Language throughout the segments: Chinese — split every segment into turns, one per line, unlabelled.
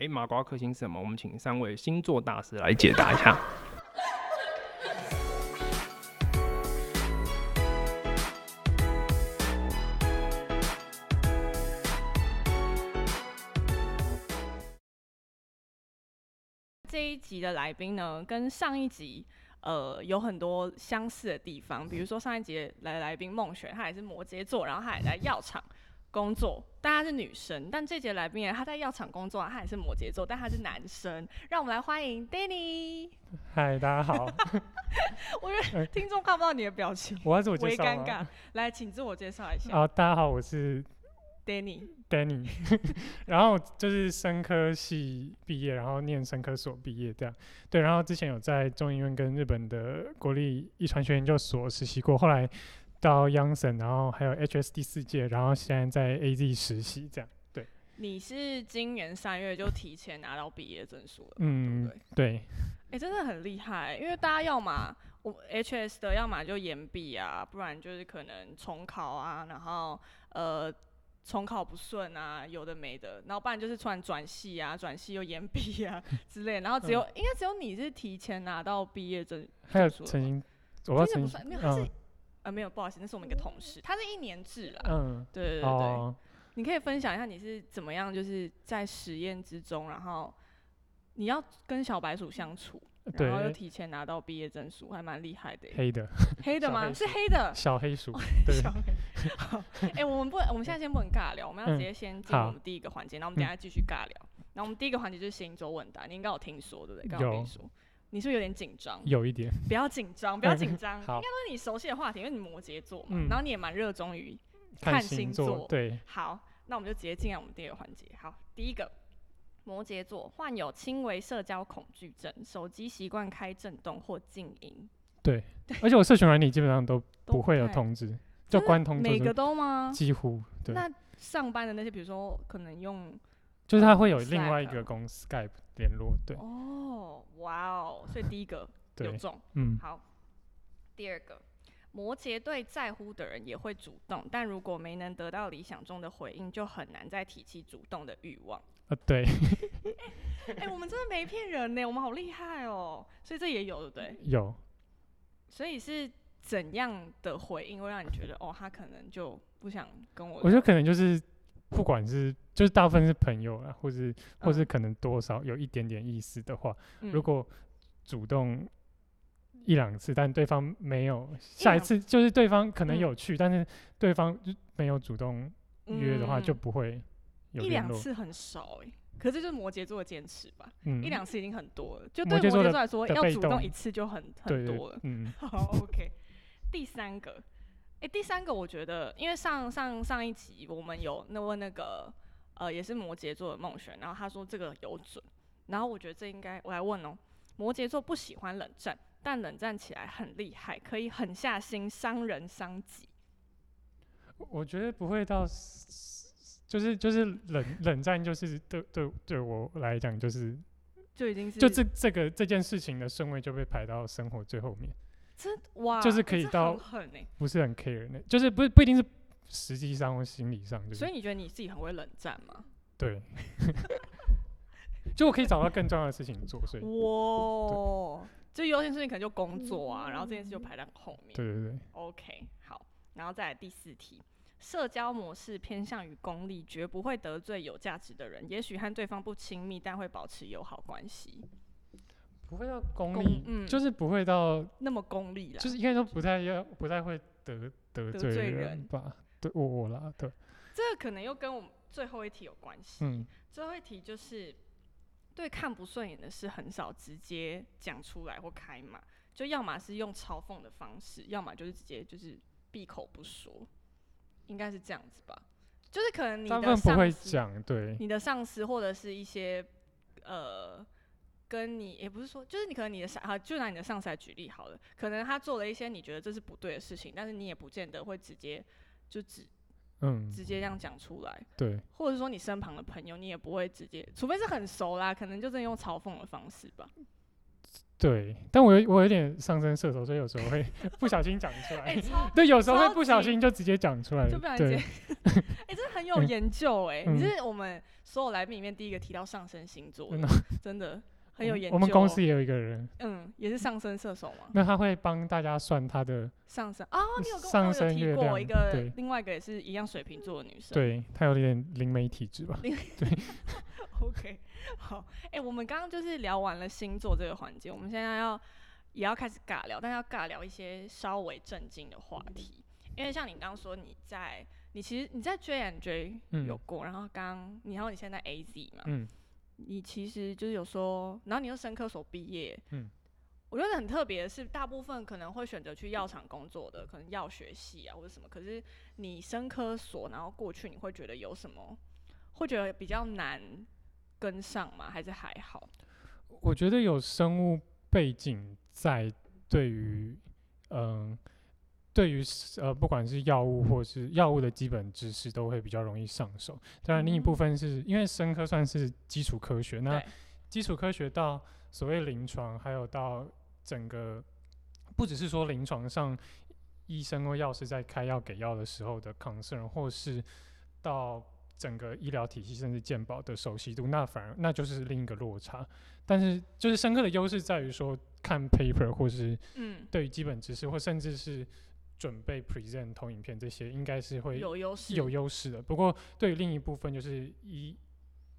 诶，麻瓜克星是什么？我们请三位星座大师来解答一下。
这一集的来宾呢，跟上一集呃有很多相似的地方，比如说上一集的来来宾孟璇，她也是摩羯座，然后她也在药厂工作，但她是女生；但这节来宾呢，她在药厂工作，她也是摩羯座，但她是男生。让我们来欢迎 Danny。
嗨，大家好，
我觉得听众看不到你的表情，
我要自我介
微
绍
尴
吗
尬。来，请自我介绍一下
啊，大家好，我是
，Danny。
Danny，然 后就是生科系毕业，然后念生科所毕业这样。对，然后之前有在中医院跟日本的国立遗传学研究所实习过，后来到 Youngson，然后还有 HS 第四届，然后现在在 AZ 实习这样。
你是今年三月就提前拿到毕业证书了，对
嗯
不对？，
对，
哎、真的很厉害、因为大家要嘛我 HS 的，要么就延毕啊，不然就是可能重考啊，然后呃重考不顺啊，有的没的，然后不然就是突然转系啊，转系又延毕啊 之类的，然后只有、应该只有你是提前拿到毕业证，
嗯还有
证书了
曾经，我
吧
要
真的
曾
不
经
啊算，没有，他是、
嗯
呃没有，不好意思，那是我们一个同事，他是一年制啦，
嗯
对对对对，
哦，
你可以分享一下你是怎么样，就是在实验之中，然后你要跟小白鼠相处，然后又
对
提前拿到毕业证书，还蛮厉害的耶。欸
黑的
黑的
小
吗？
黑
是
鼠
黑的。
小黑鼠， 对，
啊哦小黑。好，哎、我们不，我们现在先不能尬聊，我们要直
嗯
接先进入我
好嗯
们第一个环节，然后我们等一下继续尬聊。然后我们第一个环节就是星座问答，你应该有听说对不对？刚刚我跟
有
你说，你是不是有点紧张？
有一点，
不要紧张，不要
嗯
紧啊张，应该
好
都是你熟悉的话题，因为你摩羯座嘛，
嗯
然后你也蛮热衷于看
看
星
星
座
座，对，
好，那我们就直接进来我们第二个环节。好，第一个，摩羯座患有轻微社交恐惧症，手机习惯开震动或静音，
而且我社群软体基本上都
都
不会有
太
通知，
真
就
的
关通
每个
知就，
都吗？
几乎对，
那上班的那些，比如说可能用
就是它会有另
Slack
外一
啊
个公司 Skype 联络，对
哦，哇哦，所以第一个有
对，
中。
嗯，
好，第二个，摩羯对在乎的人也会主动，但如果没能得到理想中的回应，就很难再提起主动的欲望。
呃，对，
哎、我们真的没骗人呢，我们好厉害哦！所以这也有对不对？
有，
所以是怎样的回应会让你觉得哦，他可能就不想跟我聊？
我觉得可能就是不管是就是大部分是朋友啦，或是或是
嗯
可能多少有一点点意思的话，
嗯
如果主动一两次，但对方没有，下一
两
次就是对方可能
嗯
有去，但是对方就没有主动约的话，就
嗯
不会有
一
联
两
络，
次很少哎、可是这就是摩羯座的坚持吧，
嗯
一两次已经很多了。就对
摩
摩羯
羯
座
座的
来说，
的
要
被
主动
动
一次就很
对
很
对
多了。
嗯
好，OK。第三个，哎、第三个我觉得，因为上上上一集我们有那问那个呃也是摩羯座的梦璇，然后他说这个有准，然后我觉得这应该我来问哦、摩羯座不喜欢冷战，但冷战起来很厉害，可以狠下心伤人伤己。
我觉得不会到，就是就是冷冷战，就是对对对我来讲，就是
就已经是
就这这个这件事情的顺位就被排到生活最后面，
真哇，
就是
诶
可以
这
到
很狠哎、
不是很 care 那，就是不不一定是实际上或心理上，就是
所以你觉得你自己很会冷战吗？
对， 就我可以找到更重要的事情做，所以
哇，就优先顺序可能就工作啊，然后这件事就排在后面。
对对对，
OK，好，然后再来第四题，社交模式偏向于功利，绝不会得罪有价值的人，也许和对方不亲密，但会保持友好关系。
不会到功
功
利，
嗯
就是不会到，
那么功利啦，
就是应该说不太要不太会得
得
得罪
罪
人
人
吧，对我我啦，对，
这个可能又跟我们最后一题有关系。
嗯
最后一题就是对看不顺眼的事很少直接讲出来或开骂，就要么是用嘲讽的方式，要么就是直接就是闭口不说，应该是这样子吧。就是可能你
大部
的
分不
上
会
司
讲，对，
你的上司或者是一些呃，跟你也不是说，就是你可能你的上啊，就拿你的上司来举例好了，可能他做了一些你觉得这是不对的事情，但是你也不见得会直接就直
嗯，
直接这样讲出来，
对。
或者说你身旁的朋友，你也不会直接，除非是很熟啦，可能就真的用嘲讽的方式吧。
对，但我有我有点上升射手，所以有 时候会不小心讲出来。
哎、超
对，有时候会不小
超级
心就直接讲出来 了。
就不小心
对
接， 哎、真的很有研究哎、
嗯
你是我们所有来宾里面第一个提到上升星座
真
的
的，
真的很有研究哦、
我们公司也有一个人，
嗯也是上升射手嘛，
那他会帮大家算他的，
上升哦，你有跟
上
我有
升
提
月
过
亮
一个
对，
另外一个也是一样水瓶座的女生。
对他有点灵媒体质吧？
，OK，好，哎、我们刚刚就是聊完了星座这个环节，我们现在要也要开始尬聊，但要尬聊一些稍微震惊的话题，因为像你刚刚说你在你其实你在 J and J
嗯
有过，然后刚你然后你现在 A Z 嘛，
嗯，
你其实就是有说，然后你又生科所毕业，
嗯
我觉得很特别的是，大部分可能会选择去药厂工作的，可能药学系啊或者什么，可是你生科所，然后过去你会觉得有什么，会觉得比较难跟上吗？还是还好？
我觉得有生物背景在对于，嗯、对于呃，不管是药物或是药物的基本知识，都会比较容易上手。当然，另一部
嗯
分是因为生科算是基础科学，那
对
基础科学到所谓临床，还有到整个，不只是说临床上医生或药师在开药给药的时候的 concern，或是到整个医疗体系甚至健保的熟悉度，那反而那就是另一个落差。但是就是深刻的优势在于说看 paper 或是
嗯，
对于基本知识，或甚至是准备 present 投影片这些，应该是会
有优势，
有优势的。不过对于另一部分，就是医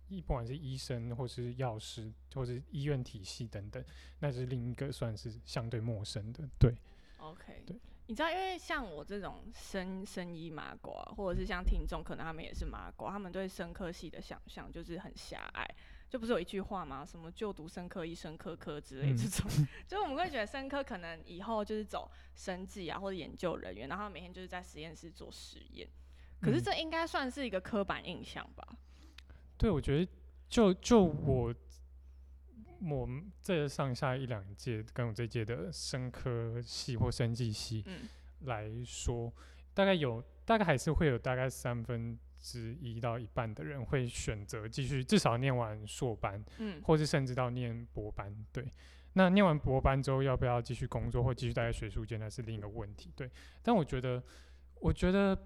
医不管是医生或是药师，或是医院体系等等，那是另一个算是相对陌生的。对，
OK，
对
你知道，因为像我这种生生医麻瓜，或者是像听众，可能他们也是麻瓜，他们对生科系的想象就是很狭隘。就不是有一句话吗？什么就读生科医、生科科之类
嗯
这种， 就是我们会觉得生科可能以后就是走生技啊，或者研究人员，然后每天就是在实验室做实验。可是
嗯
这应该算是一个刻板印象吧？
对我觉得就就我。我们这上下一两届跟我这届的生科系或生技系，
嗯，
来说，大概有大概还是会有大概三分之一到一半的人会选择继续至少念完硕班，
嗯，
或是甚至到念博班。对，那念完博班之后，要不要继续工作或继续待在学术界，那是另一个问题。对，但我觉得，我觉得。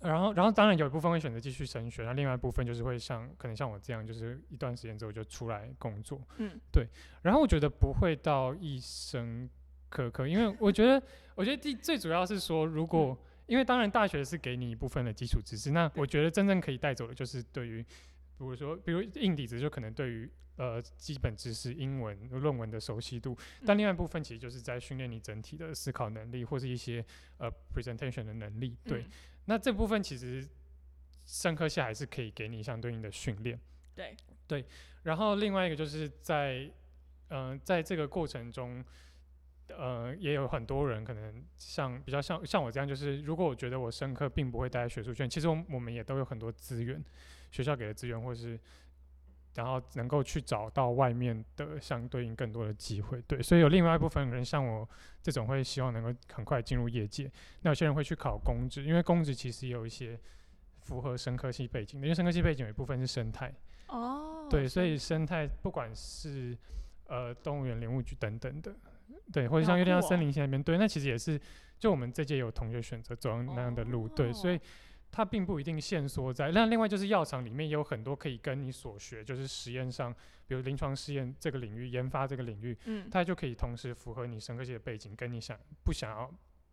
然后，然后当然有一部分会选择继续升学，那另外一部分就是会像可能像我这样，就是一段时间之后就出来工作。
嗯，
对。然后我觉得不会到一生可可，因为我觉得，我觉得第最主要是说，如果
嗯
因为当然大学是给你一部分的基础知识，那我觉得真正可以带走的就是对于，比如说，比如硬底子就可能对于呃基本知识、英文论文的熟悉度，但
嗯
另外一部分其实就是在训练你整体的思考能力或是一些呃 presentation 的能力。对，
嗯
那这部分其实上课下还是可以给你相对应的训练。
对
对，然后另外一个就是在嗯、呃在这个过程中，呃，也有很多人可能像比较像像我这样，就是如果我觉得我深刻并不会待在学术圈，其实我们我们也都有很多资源，学校给的资源或是。然后能够去找到外面的相对应更多的机会，对，所以有另外一部分人像我这种会希望能够很快进入业界，那有些人会去考公职，因为公职其实也有一些符合生科系背景的，因为生科系背景有一部分是生态，
哦，
对，所
是
以生态不管是呃动物园、林务局等等的，对，或者
哎
像
好
月亮
酷
森
哦
林系那边，对，那其实也是就我们这届有同学选择走那样的路，对，所以
哦
它并不一定限缩在。那另外就是药厂里面也有很多可以跟你所学，就是实验上，比如临床试验这个领域、研发这个领域，
嗯，
它就可以同时符合你生科系的背景，跟你想不想要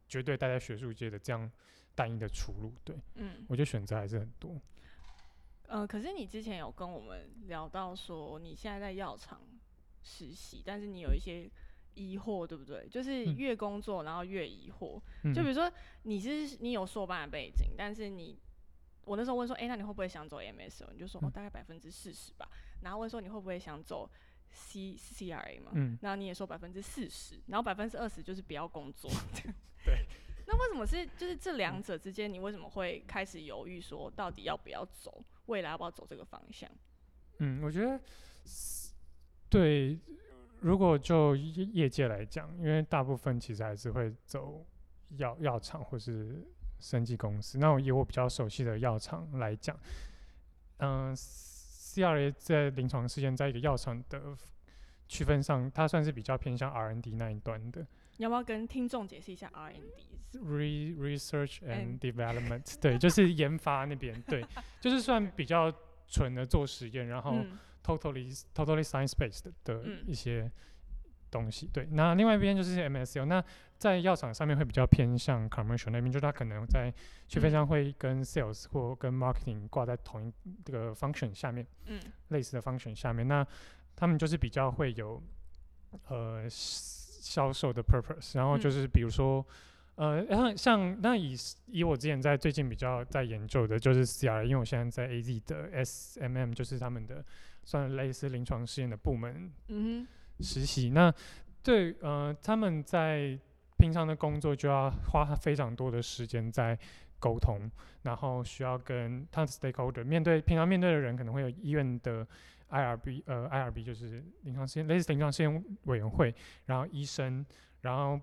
绝对待在学术界的这样单一的出路。对
嗯。
我觉得选择还是很多。
呃，可是你之前有跟我们聊到说你现在在药厂实习，但是你有一些疑惑，对不对？就是
嗯
越工作然后越疑惑。
嗯
就比如说你是你有硕班的背景，但是你我那时候问说，哎、那你会不会想走 MS？你就说、哦，
嗯
大概百分之四十吧。然后问说你会不会想走 C CRA 嘛？
嗯，
然后你也说百分之四十，然后百分之二十就是不要工 作。
对。
那为什么是就是这两者之间，你为什么会开始犹豫说到底要不要走，未来要不要走这个方向？
嗯，我觉得对。如果就业业界来讲，因为大部分其实还是会走药药厂或是生技公司。那我以我比较熟悉的药厂来讲，嗯、c r a 在临床试验在一个药厂的区分上，它算是比较偏向 R&D 那一端的
你要不要跟听众解释一下 R&D？
re research
And-
and development，对， 就是研发那边， 对，就是算比较纯的做实验，然后
嗯
totally totally science based 的
嗯
一些东西。对，那另外一边就是 MSU，那在药厂上面会比较偏向 commercial 那边，就是它可能在区
嗯
分上会跟 sales 或跟 marketing 挂在同一这个 function 下面，
嗯
类似的 function 下面，那他们就是比较会有呃销售的 purpose，然后就
嗯
是比如说。呃，像像那以以我之前在最近比较在研究的就是 CR，因为我现在在 AZ 的 SMM，就是他们的算类似临床试验的部门
嗯
实习。那对呃，他们在平常的工作就要花非常多的时间在沟通，然后需要跟他的 stakeholder 面对平常面对的人可能会有医院的 IRB 呃 IRB 就是临床试验类似临床试验委员会，然后医生，然后。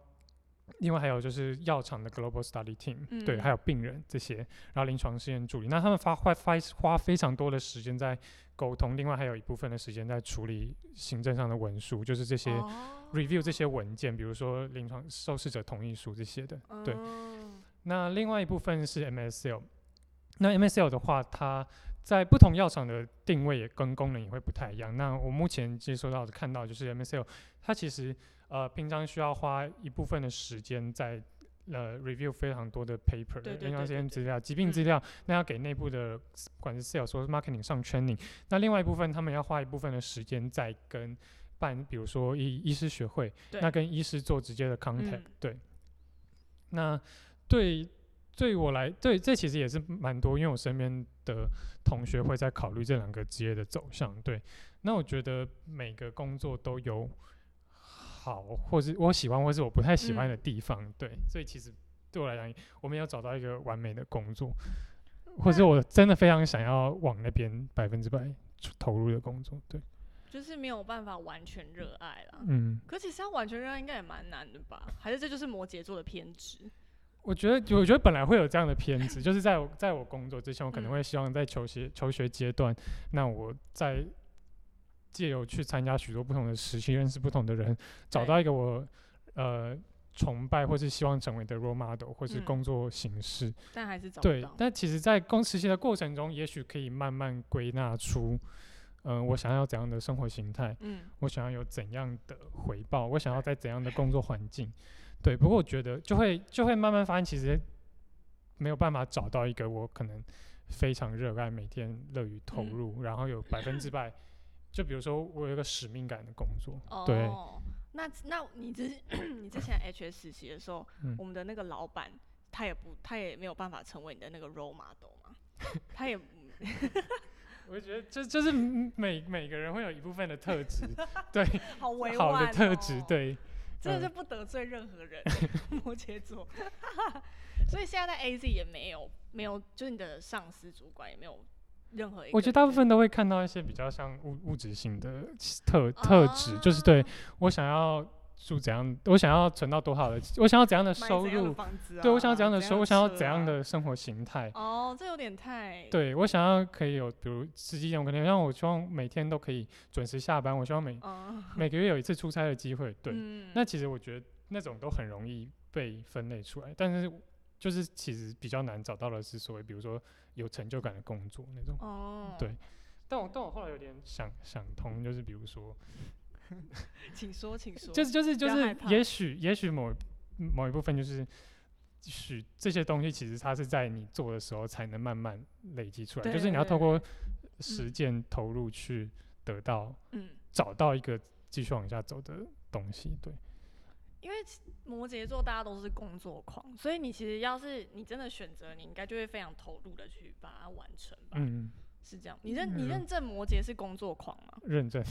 另外还有就是药厂的 global study team，、对，
嗯
还有病人这些，然后临床试验助理，那他们花花花花非常多的时间在沟通，另外还有一部分的时间在处理行政上的文书，就是这些
哼，
review 这些文件，比如说临床受试者同意书这些的。对，
嗯
那另外一部分是 MSL，那 MSL 的话，它在不同药厂的定位也跟功能也会不太一样。那我目前接收到的看到就是 MSL，它其实呃平常需要花一部分的时间在呃 review 非常多的 paper，
对对对
临床实
对
验
对
资料、疾病资
嗯
料，那要给内部的不管是 sales 或是 marketing 上 training，那另外一部分他们要花一部分的时间在跟办，比如说医医师学会，
对
那跟医师做直接的 contact，、
嗯
对。那对对我来，对这其实也是蛮多，因为我身边的同学会在考虑这两个职业的走向。对，那我觉得每个工作都有好，或是我喜欢，或是我不太喜欢的地方。对，所以其实对我来讲，我没有找到一个完美的工作，或是
那
我真的非常想要往那边百分之百投入的工作。对，
就是没有办法完全热爱啦。
嗯。
可其实要完全热爱应该也蛮难的吧？还是这就是摩羯座的偏执？
我觉得，我觉得本来会有这样的偏执，就是在我在我工作之前，我可能
嗯
会希望在求学求学阶段，那我在借由去参加许多不同的实习，认识不同的人，找
对
到一个我呃崇拜或是希望成为的 role model 或是
嗯
工作形式。
但还是找不
对
到，。
但其实，在工实习的过程中，也许可以慢慢归纳出，嗯、我想要怎样的生活形态，
嗯，
我想要有怎样的回报，我想要在怎样的工作环境，对。不过我觉得就会就会慢慢发现，其实没有办法找到一个我可能非常热爱、每天乐于投
嗯
入，然后有百分之百，就比如说我有一个使命感的工作，
哦，
对。
那那你之你之前 H S 实习的时候，
嗯
我们的那个老板他也不他也没有办法成为你的那个 role model 嘛？他 也
我觉得这就是每每个人会有一部分的特质，对，
好 委婉、哦，
好的特质，，对，
真的是
嗯
不得罪任何人， 摩羯座。 所以现在在 A Z 也没有没有，就是你的上司主管也没有任何一个，
我觉得大部分都会看到一些比较像物物质性的
哦
特特质，就是对
啊
我想要住怎样，我想要存到多好的，我想要怎样的
买
收
怎样的
入，
房子啊
对我想要怎样的收入，我想要
车
怎样
啊
的生活形态，
哦，这有点太
对我想要可以有，比如实际上我可能让我希望每天都可以准时下班，我希望每
哦，
每个月有一次出差的机会，对，
嗯
那其实我觉得那种都很容易被分类出来，但是就是其实比较难找到的是所谓比如说有成就感的工作那种。
哦，
对但我但我后来有点想想通，就是比如说，
请说，请说，
就是就是就
不要害
是，
怕
也许也许某某一部分就是，许这些东西其实它是在你做的时候才能慢慢累积出来，就是你要
对
透过实践投入去得到、
嗯，
找到一个继续往下走的东西。对，
因为其摩羯座大家都是工作狂，所以你其实要是你真的选择，你应该就会非常投入的去把它完成吧，
嗯，
是这样。你认
嗯
你认证摩羯是工作狂吗？
认真，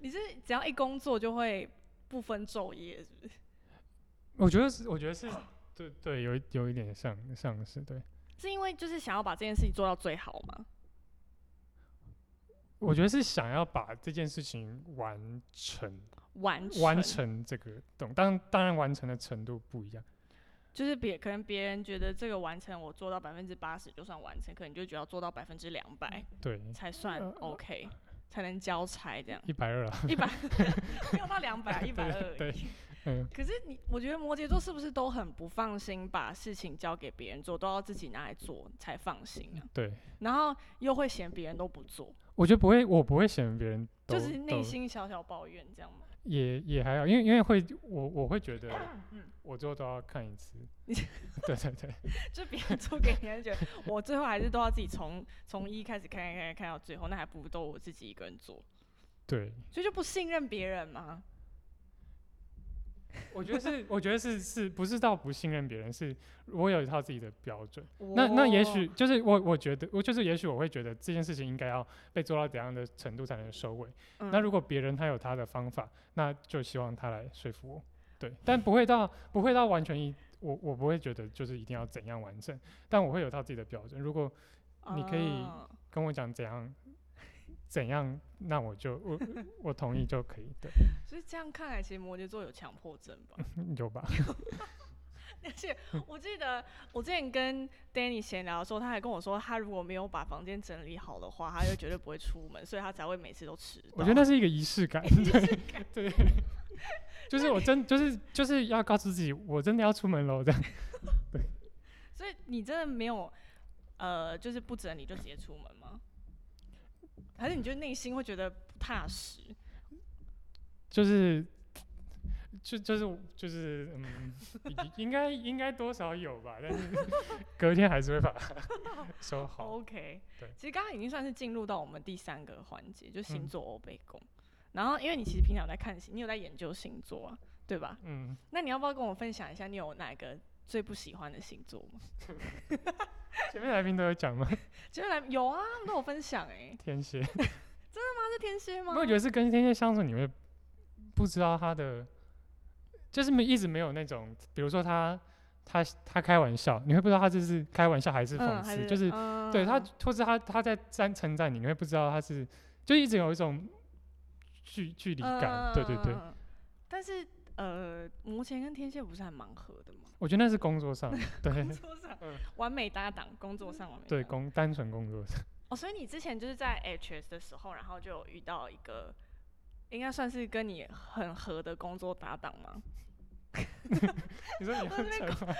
你是只要一工作就会不分昼夜，是不是？
我觉得是我觉得是对对，有一有一点像像是对。
是因为就是想要把这件事情做到最好吗？
我
嗯
觉得是想要把这件事情完成，
完成
完成这个懂，当当然完成的程度不一样。
就是别可能别人觉得这个完成我
嗯
做到百分之八十就算完成，可能你就觉得要做到百分之两百
对，
才算
呃，
OK。才能交差这样
一百二啊 了，
一百 没有到两百，一百二。
啊对嗯，
可是你，我觉得摩羯座是不是都很不放心把事情交给别人做，都要自己拿来做才放心啊？
对，
然后又会嫌别人都不做，
我觉得不会，我不会嫌别人都，
就是内
都
心小小抱怨这样吗？
也也还好，因为因为会我我会觉得
嗯
我最后都要看 一次
你，
对对对，
就别人做给你，还是觉得我最后还是都要自己从从一开始看看看看到最后，那还不如都我自己一个人做，
对，
所以就不信任别人嘛。
我觉 得是，我觉得是是不是到不信任别人，是我有一套自己的标准。那那也许就是我我觉得我就是也许我会觉得这件事情应该要被做到怎样的程度才能收尾。
嗯，
那如果别人他有他的方法，那就希望他来说服我。对，但不会到不会到完全一我我不会觉得就是一定要怎样完成，但我会有一套自己的标准。如果你可以
啊
跟我讲怎样 怎样，那我就我我同意就可以。对，
所以这样看来，其实摩羯座有强迫症吧？
有吧？
而且
嗯
我记得我之前跟 Danny 闲聊的时候，他还跟我说，他如果没有把房间整理好的话，他就绝对不会出门，所以他才会每次都迟到。
我觉得那是一个仪式 感，对对，就是我真就是就是要告诉自己，我真的要出门了，这样
所以你真的没有，呃，就是不整理就直接出门 吗？还是你就内心会觉得不踏实？
就是就就是就是嗯，已应该应该多少有吧， 但是隔天还是会把它收 好。
OK，
哦对
其实刚刚已经算是进入到我们第三个环节，就星
嗯
座欧贝宫。然后，因为你其实平常有在看星，你有在研究星座啊，对吧？
嗯，
那你要不要跟我分享一下，你有哪个最不喜欢的星座吗？
前面来宾都有讲嘛，
接下来有啊，他们都有分享哎、
天蝎，
他是天蝎吗
我？觉得是跟天蝎相处，你会不知道他的，就是没一直没有那种，比如说他他他开玩笑，你会不知道他这是开玩笑还是讽
嗯，还
刺，就是
嗯
对他，或是他他在赞称赞你，你会不知道他是，就一直有一种距距离感。对对对
嗯，嗯嗯嗯但是呃，摩羯跟天蝎不是还蛮合的 吗？
我觉得那是工 作上，对
工作上
嗯
完美搭档，工作上完美搭
对
档
工单纯工作上，
哦，所以你之前就是在 HS 的时候，然后就有遇到一个，应该算是跟你很合的工作搭档 吗？
你说你
我
要
在那边
讲吗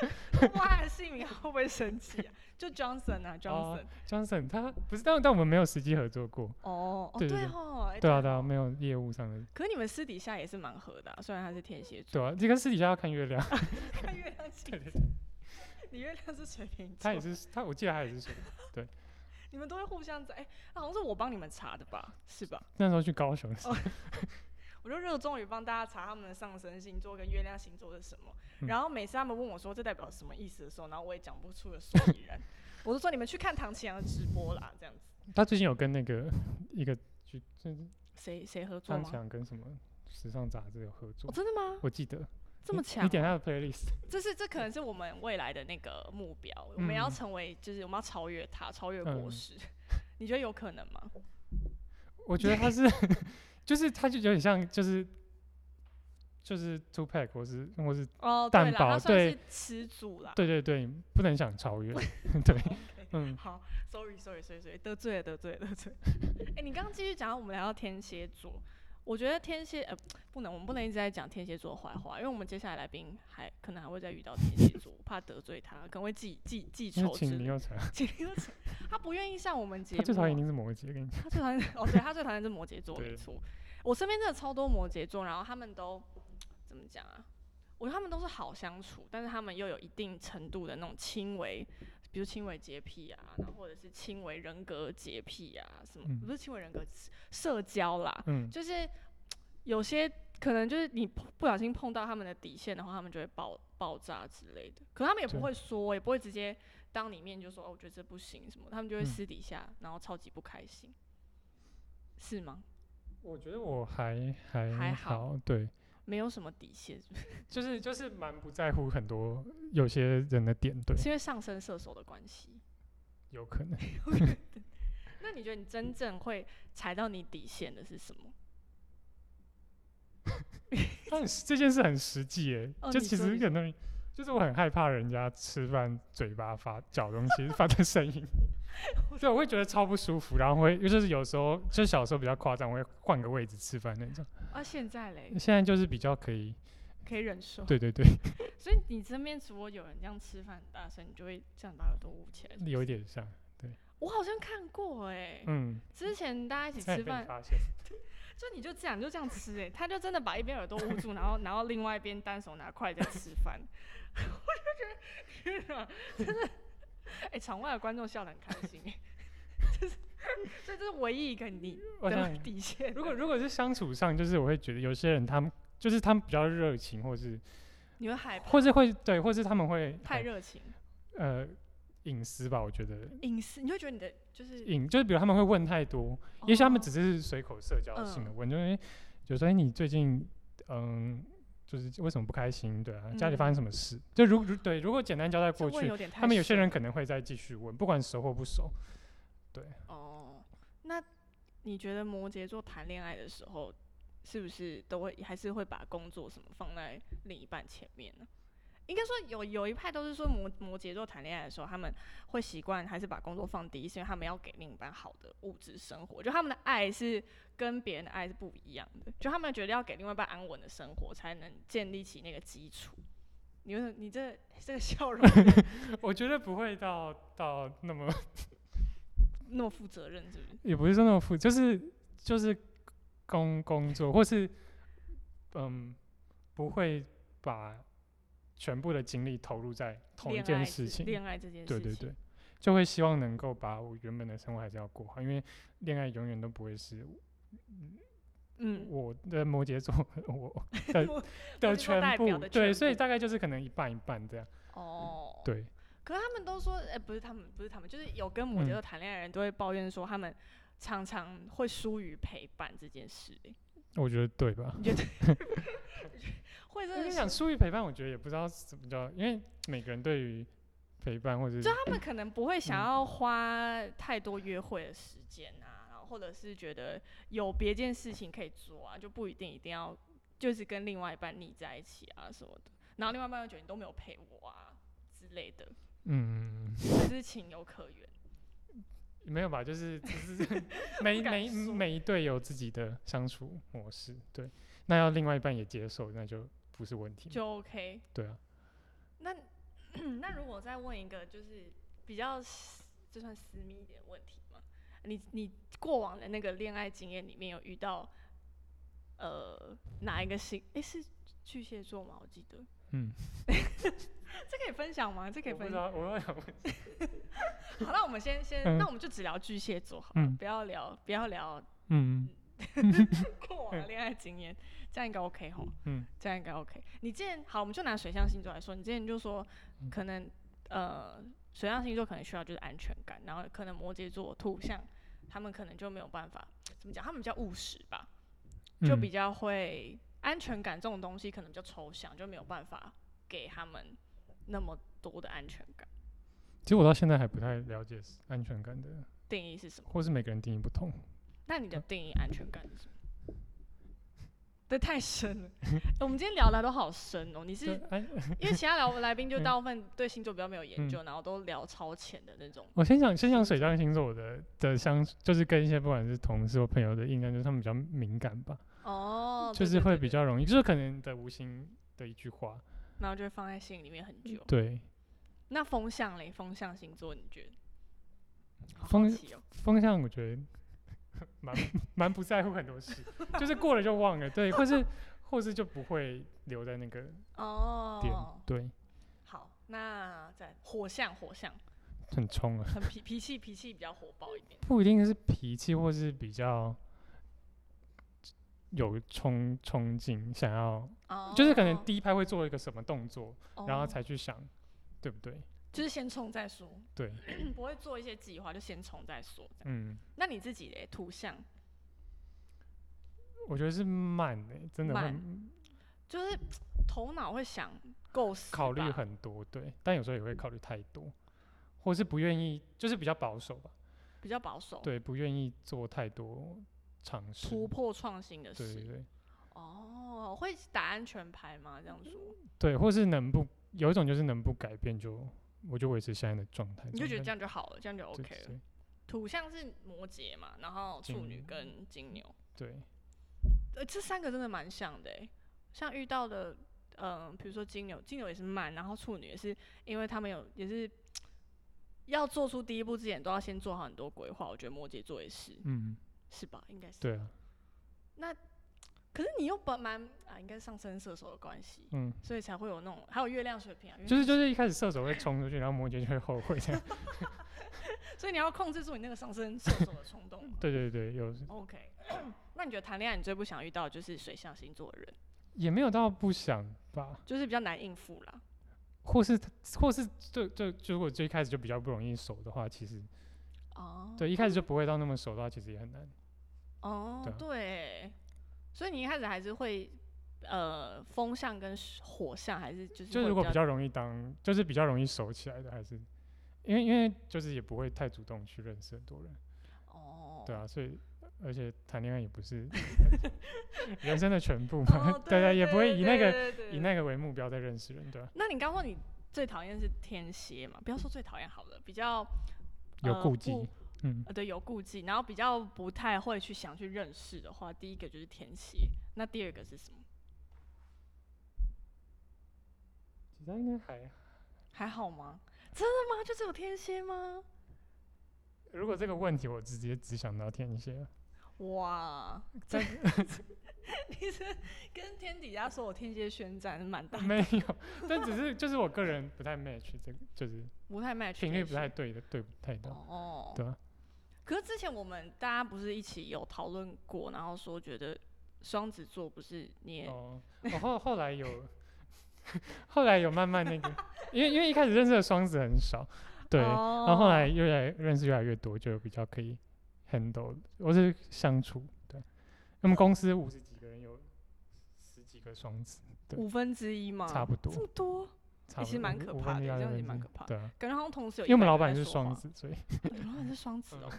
哇，他的姓名会不会生气啊？就 Johnson
哦
啊，Johnson。
？Johnson 他不是，但但我们没有实际合作过，
哦，哦，
对对
对
对
哦，哎
对啊
对
对啊，
哦
没有业务上的，
可是你们私底下也是蛮合的啊、虽然他是天蝎座，
对啊，这个私底下要看月亮，
看月亮星
对
座，你月亮是水瓶座，
他也是他，我记得他也是水，
你们都会互相在，哎、好像是我帮你们查的吧？是吧？
那时候去高雄的时候，
我就热衷于帮大家查他们的上升星座跟月亮星座是什么。
嗯
然后每次他们问我说这代表什么意思的时候，然后我也讲不出个所以然。我就说你们去看唐奇阳的直播啦，这样子。
他最近有跟那个 一个剧，就是
谁谁合作
张
吗？
强跟什么时尚杂志有合
哦，
作，
真的吗？
我记得
这么
你
强啊
你？点他的 playlist，
这是这可能是我们未来的那个目标，我们要
嗯
成为就是我们要超越他，超越国
嗯
师。你觉得有可能吗？
我觉得 他是，就是他就有点像就是就是 two pack 或是或是
哦，对
蛋
啦，
堡
他算
对
是始祖啦。
对对对，不能想 超越，对，
哦
嗯，
好，sorry sorry sorry sorry，得罪了得罪了得 罪了。哎、你刚刚继续讲，我们聊到天蝎座，我觉得天蝎呃不能，我们不能一直在讲天蝎座的坏话，因为我们接下来来宾还可能还会再遇到天蝎座，我怕得罪他，可能会记记记
因
仇
为
之
请
类
林
的。
宥成，
请你又讲他不愿意上我们节目
他
啊，
最讨厌一定是摩羯，跟你
他最讨厌哦，对他最讨厌是摩羯座，
对
没错。我身边真的超多摩羯座，然后他们都怎么讲啊？我觉得他们都是好相处，但是他们又有一定程度的那种轻微，比如轻微洁癖啊，然后或者是轻微人格洁癖啊，什么、
嗯
不是轻微人格社交啦，
嗯，
就是有些可能就是你碰不小心碰到他们的底线的话，他们就会爆爆炸之类的。可他们也不
对
会说，欸也不会直接当你面就说哦，我觉得这不行什么，他们就会
嗯
私底下、然后超级不开心，是吗？
我觉得我还
还
还
好
好，对，
没有什么底 线，是 不是
就是就是蛮不在乎很多有些人的点，对，
是因为上升射手的关系。
有可能，
那你觉得你真正会踩到你底线的是什么？
但是 这件事很实际诶，
哦
就
你
其
说
实
你说
很 多人，就是我很害怕人家吃饭嘴巴发嚼东西发的声音，对，我会觉得超不舒服，然后会就是有时候就小时候比较夸张，我会换个位置吃饭那种。
啊，现在嘞
现在就是比较可以，
可以忍受。
嗯对 对对，
所以你身边如果有人这样吃饭很大声，你就会这样把耳朵捂起来。
有一点像，
我好像看过哎、
嗯，
之前大家一起
差
吃
点被
饭，
发 现，
就你就这样你就这样吃哎、他就真的把一边耳朵捂 住，然后然后另外一边单手拿筷子在吃饭， 我就觉得天哪，真的，哎、场外的观众笑得很开心哎、 就是，所以这是唯一一个你
我
的
想
底线。
如果如果是相处上，就是我会觉得有些人他们就是他们比较热情，或是
你会害怕
或是会对，或是他们会
太
很
热情，
呃隐私吧，我觉得
隐私，你会觉得你的就是，
隐就是比如他们会问太多，也许他们
哦
只是随口社交性的
嗯
问，就哎，就说哎你最近嗯。就是为什么不开心？对啊，家里发生什么事？就如如对，如果简单交代
这
过
问
去，
有点太
他们有些
深
人可能会再继续问，不管熟或不熟。
哦，那你觉得摩羯座谈恋爱的时候，是不是都会还是会把工作什么放在另一半前面呢？应该说有有一派都是说摩摩羯座谈恋爱的时候，他们会习惯还是把工作放第一，是因为他们要给另一半好的物质生活，就他们的爱是跟别人的爱是不一样的，就他们觉得要给另外一半安稳的生活，才能建立起那个基础。你为什么你这这个笑容
我觉得不会到到那么
那么负责任，是不是？
也不是说那么复，就是就是工工作，或是嗯，不会把全部的精力投入在同一
恋
件
爱
事
这
情。
恋爱这件事
对
情，
对对，就会希望能够把我原本的生活还是要过好，因为恋爱永远都不会是
嗯，
我的摩羯座 我的
摩
的
摩羯座代
全
表
部，
的
对，
全
所以
部
大概就是可能一半一半这样。
哦，
对，
可是他们都说，哎、不是他们，不是他们，就是有跟摩羯座谈恋爱的人都会抱怨说，他们常常会疏于陪伴这件事、欸，
我觉得对吧？
会真
跟
的
你
是
讲，，疏于陪伴，我觉得也不知道怎么叫，因为每个人对于陪伴或者
就他们可能不会想
嗯
要花太多约会的时间啊，然后或者是觉得有别件事情可以做啊，就不一定一定要就是跟另外一半腻在一起啊什么的，然后另外一半又觉得你都没有陪我啊之类的，
嗯，
就是情有可原。
没有吧，就是只是 每
不敢
每
说
每一对有自己的相处模式，对，那要另外一半也接受，那就不是问题嘛，
就 OK。
对啊，
那 那如果再问一个，就是比较私就算私密一点的问题嘛，你你过往的那个恋爱经验里面有遇到呃哪一个星？诶，是巨蟹座吗？我记得
嗯，
这可以分享吗？这可以
我不
分
知
享。
道，我要想问，
好，那我们先先，
嗯
那我们就只聊巨蟹座好了，
嗯
不要聊不要聊
嗯，
过往的恋爱经验，这样应该 OK 吼。
嗯，
这样应该 OK。你之前好，我们就拿水象星座来说，你之前就说
嗯
可能呃，水象星座可能需要就是安全感，然后可能摩羯座、土象，他们可能就没有办法怎么讲，他们比较务实吧，就
嗯
比较会安全感这种东西可能比较抽象，就没有办法给他们那么多的安全感。
其实我到现在还不太了解安全感的，
定义是什么？
或是每个人定义不同，
那你的
嗯
定义安全感是什么？ 这太深了、 我们今天聊的都好深哦。你是
对，哎安，
因为其他聊 来宾就
嗯
大部分对星座比较没有研究，然后都聊超浅的那种。
我先讲先讲水象星座我的的相，就是跟一些不管是同事或朋友的印象，就是他们比较敏感吧，
哦，
就
对
是
对
会
对
比
对
较容易，就是可能的无形的一句话，
然后就会放在心里面很久。
对，
那风象嘞，风象星座你觉得？好好
风
奇哦，
风向我觉得蛮蛮不在乎很多事，就是过了就忘了，对，或是或是就不会留在那个点，
哦，
对，
好，那在火象，火象
很冲啊，
很脾脾气脾气比较火爆一点。
不一定是脾气，或是比较有冲冲劲，想要
哦，
就是可能第一拍会做一个什么动作，
哦，
然后才去想，对不对？
就是先冲再说，嗯
对，
不会做一些计划，就先冲再说这样。
嗯，
那你自己嘞，土象
我觉得是慢诶、真的会
慢就是头脑会想构思吧，嗯
考虑很多，对，但有时候也会考虑太多，或是不愿意，就是比较保守吧。
比较保守，
对，不愿意做太多尝试。
哦突破创新的
对对
事。
对
哦，会打安全牌吗？这样说
嗯对，或是能不有一种就是能不改变就我就维持现在的状态。
你就觉得这样就好了，这样就
对
OK 了。
对
土象是摩羯嘛，然后处女
金
跟金牛，
对，
呃，这三个真的蛮像的、欸。像遇到的，嗯、比如说金牛，金牛也是慢，然后处女也是，因为他们有也是要做出第一步之前，都要先做好很多规划。我觉得摩羯座也是，
嗯，
是吧？应该是。
对啊，
可是你又本蛮啊，应该是上升射手的关系，
嗯，
所以才会有那种，还有月亮水瓶啊，月亮
就是就是一开始射手会冲出去，然后摩羯就会后悔这样。。
所以你要控制住你那个上升射手的冲动嘛
对对对，有
OK，那 你觉得谈恋爱你最不想遇到的就是水象星座的人，
也没有到不想吧，
就是比较难应付啦。
或是或是就就就如果最开始就比较不容易熟的话，其实
哦，
对一开始就不会到那么熟的话，其实也很难。
哦
对啊，
对，所以你一开始还是会呃风象跟水火象，还是就是
就
会
如果
比
比较容易当，就是比较容易熟起来的，还是因为因为就是也不会太主动去认识很多人，
哦，
对啊，所以而且谈恋爱也不是 人生的全部嘛，
哦，
对啊也不会以那个
对对对
以那个为目标在认识人，对啊，
那你刚说你最讨厌是天蝎嘛？不要说最讨厌好了，比较
有
呃
顾忌
不，
嗯，
呃对有顾忌，然后比较不太会去想去认识的话，第一个就是天蝎，那第二个是什么？
其他应该还
还好吗？真的吗？就只有天蝎吗？
如果这个问题我直接只想到 天蝎了，
哇，这 你是跟天底下所有天蝎宣战蛮大，
没有，但只是就是我个人不太 match 这个，就是
不太 match，
频率不
天
太
蝎
对的，对不太到，
哦。
对啊，
可是之前我们大家不是一起有讨论过，然后说觉得双子座不是你也
哦，我后后来有， 后来有慢慢那个，因为因为一开始认识的双子很少，对，然
哦
后后来越来认识越来越多，就比较可以 handle，我是相处，对，那么公司五十几个人有十几个双子，对
五分之一嘛，
差不多
这，么多，
差
也
不
是
多
蛮
五
可
五
怕
分之
的这
一到六
样也
分之
蛮
一
可怕
对啊，
感觉好像同时有，
因为我们老板是双，子，所以
你们老板是双子 哦，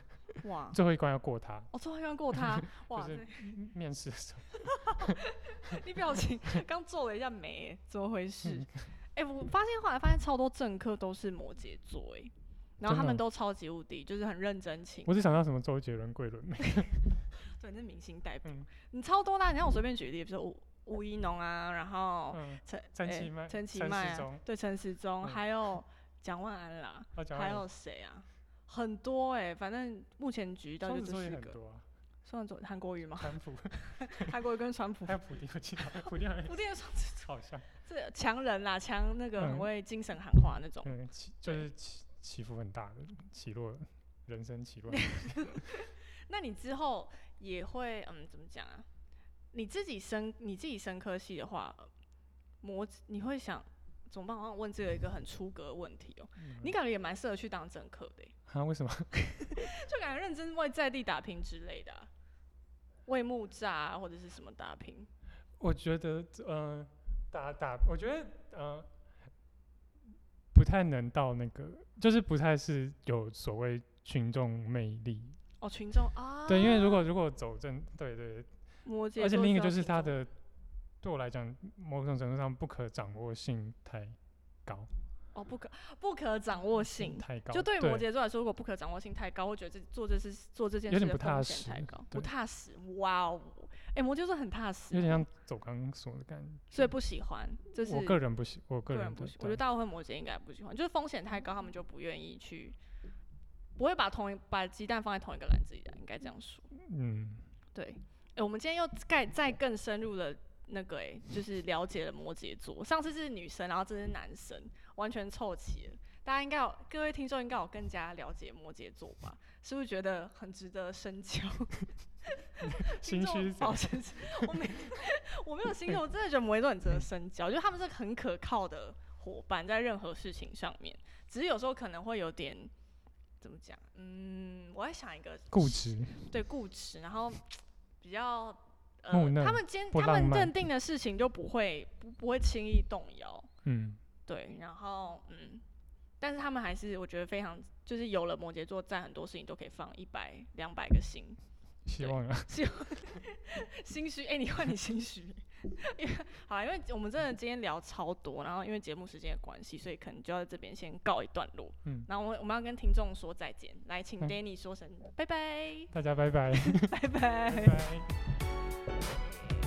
哇，哦
最后一关要过他，
我从来没看过 他，哇，
是面试的时候。
你表 情刚皱了一下眉欸，怎么回
嗯
事？哎、我发现后来发现超多政客都是摩羯座哎、然后
真
他们
的哦
都超级无敌，就是很认真情，
我是想到什么周杰伦、桂纶镁，
对，那明星代表、
嗯
你超多啊啦。你看我随便举例，比如说吴吴一农啊，然后
嗯，
陈
陈
哎
其迈
陈其
陈
迈
时
啊
中
对陈时中，
嗯
还有蒋万安啦，
啊，讲
还
完了
有谁啊？很多哎、反正目前举到
双
就
子
这
座也
四
很
个。哦
多啊，
双子座韩国瑜 吗？
川普
韩国瑜跟川普
还，有普丁，我记得 普丁好像
我记得双子
好 像，
这强人啦，强那个很
嗯
会精神喊话那种。
嗯，起就是起起伏很大的，起落人生起 落很大，
那你之后也会嗯，怎么讲啊？你自己升你自己升科系的话，模你会想怎么办？我好像问这个一个很出格的问题哦、
嗯
你感觉也蛮适合去当政客的欸、
啊？为什么？
就感觉认真为在地打拼之类的啊、为木栅啊或者是什么打拼。
我觉得，呃，打打，我觉得，呃，不太能到那个，就是不太是有所谓群众魅力，
哦，群众啊，
对，因为如果如果走正，对对对
摩羯，
而且另一个就是
他
它的，对我来讲，某种程度上不可掌握性太高，
哦不可不可掌握性，
太高，
就对于摩羯座来说，如果不可掌握性太高，我觉得这做这事做这件
有
事
点
的
不踏
风险
实
太高，不
对
踏实。哇哦，哎、摩羯座很踏实，
有点像走钢索的感觉。
所以不喜欢，这是
我个人不喜，我
个
个
人
人
不喜，我
对
觉得大部分摩羯应该不喜欢，就是风险太高，他们就不愿意去，不会把同一把鸡蛋放在同一个篮子里啊的，应该这样说。
嗯，
对，哎、我们今天又再再更深入的那个、欸，就是了解了摩羯座。上次是女生，然后这是男生，完全凑齐了。大家应该有，各位听众应该有更加了解摩羯座吧？是不是觉得很值得深交？
心虚是怎
保
样，
持，我没 我没有心虚，我真的觉得摩羯座很值得深交，就他们是很可靠的伙伴，在任何事情上面，只是有时候可能会有点怎么讲？嗯，我在想一个
固执，
对固执，然后比较呃
木，讷
他们坚
不
他
浪
们
漫
认定的事情就不会不不会轻易动摇，
嗯，
对，然后嗯，但是他们还是我觉得非常就是有了摩羯座在很多事情都可以放一百两百个心，
希望 啊，
心虚，哎、你换你心虚。 因为好啦，因为我们真的今天聊超多，然后因为节目时间的关系，所以可能就要在这边先告一段落。
嗯
然后我们我们要跟听众说再见，来，请
嗯
Danny 说声拜拜，
大家拜拜，
拜拜
拜。拜。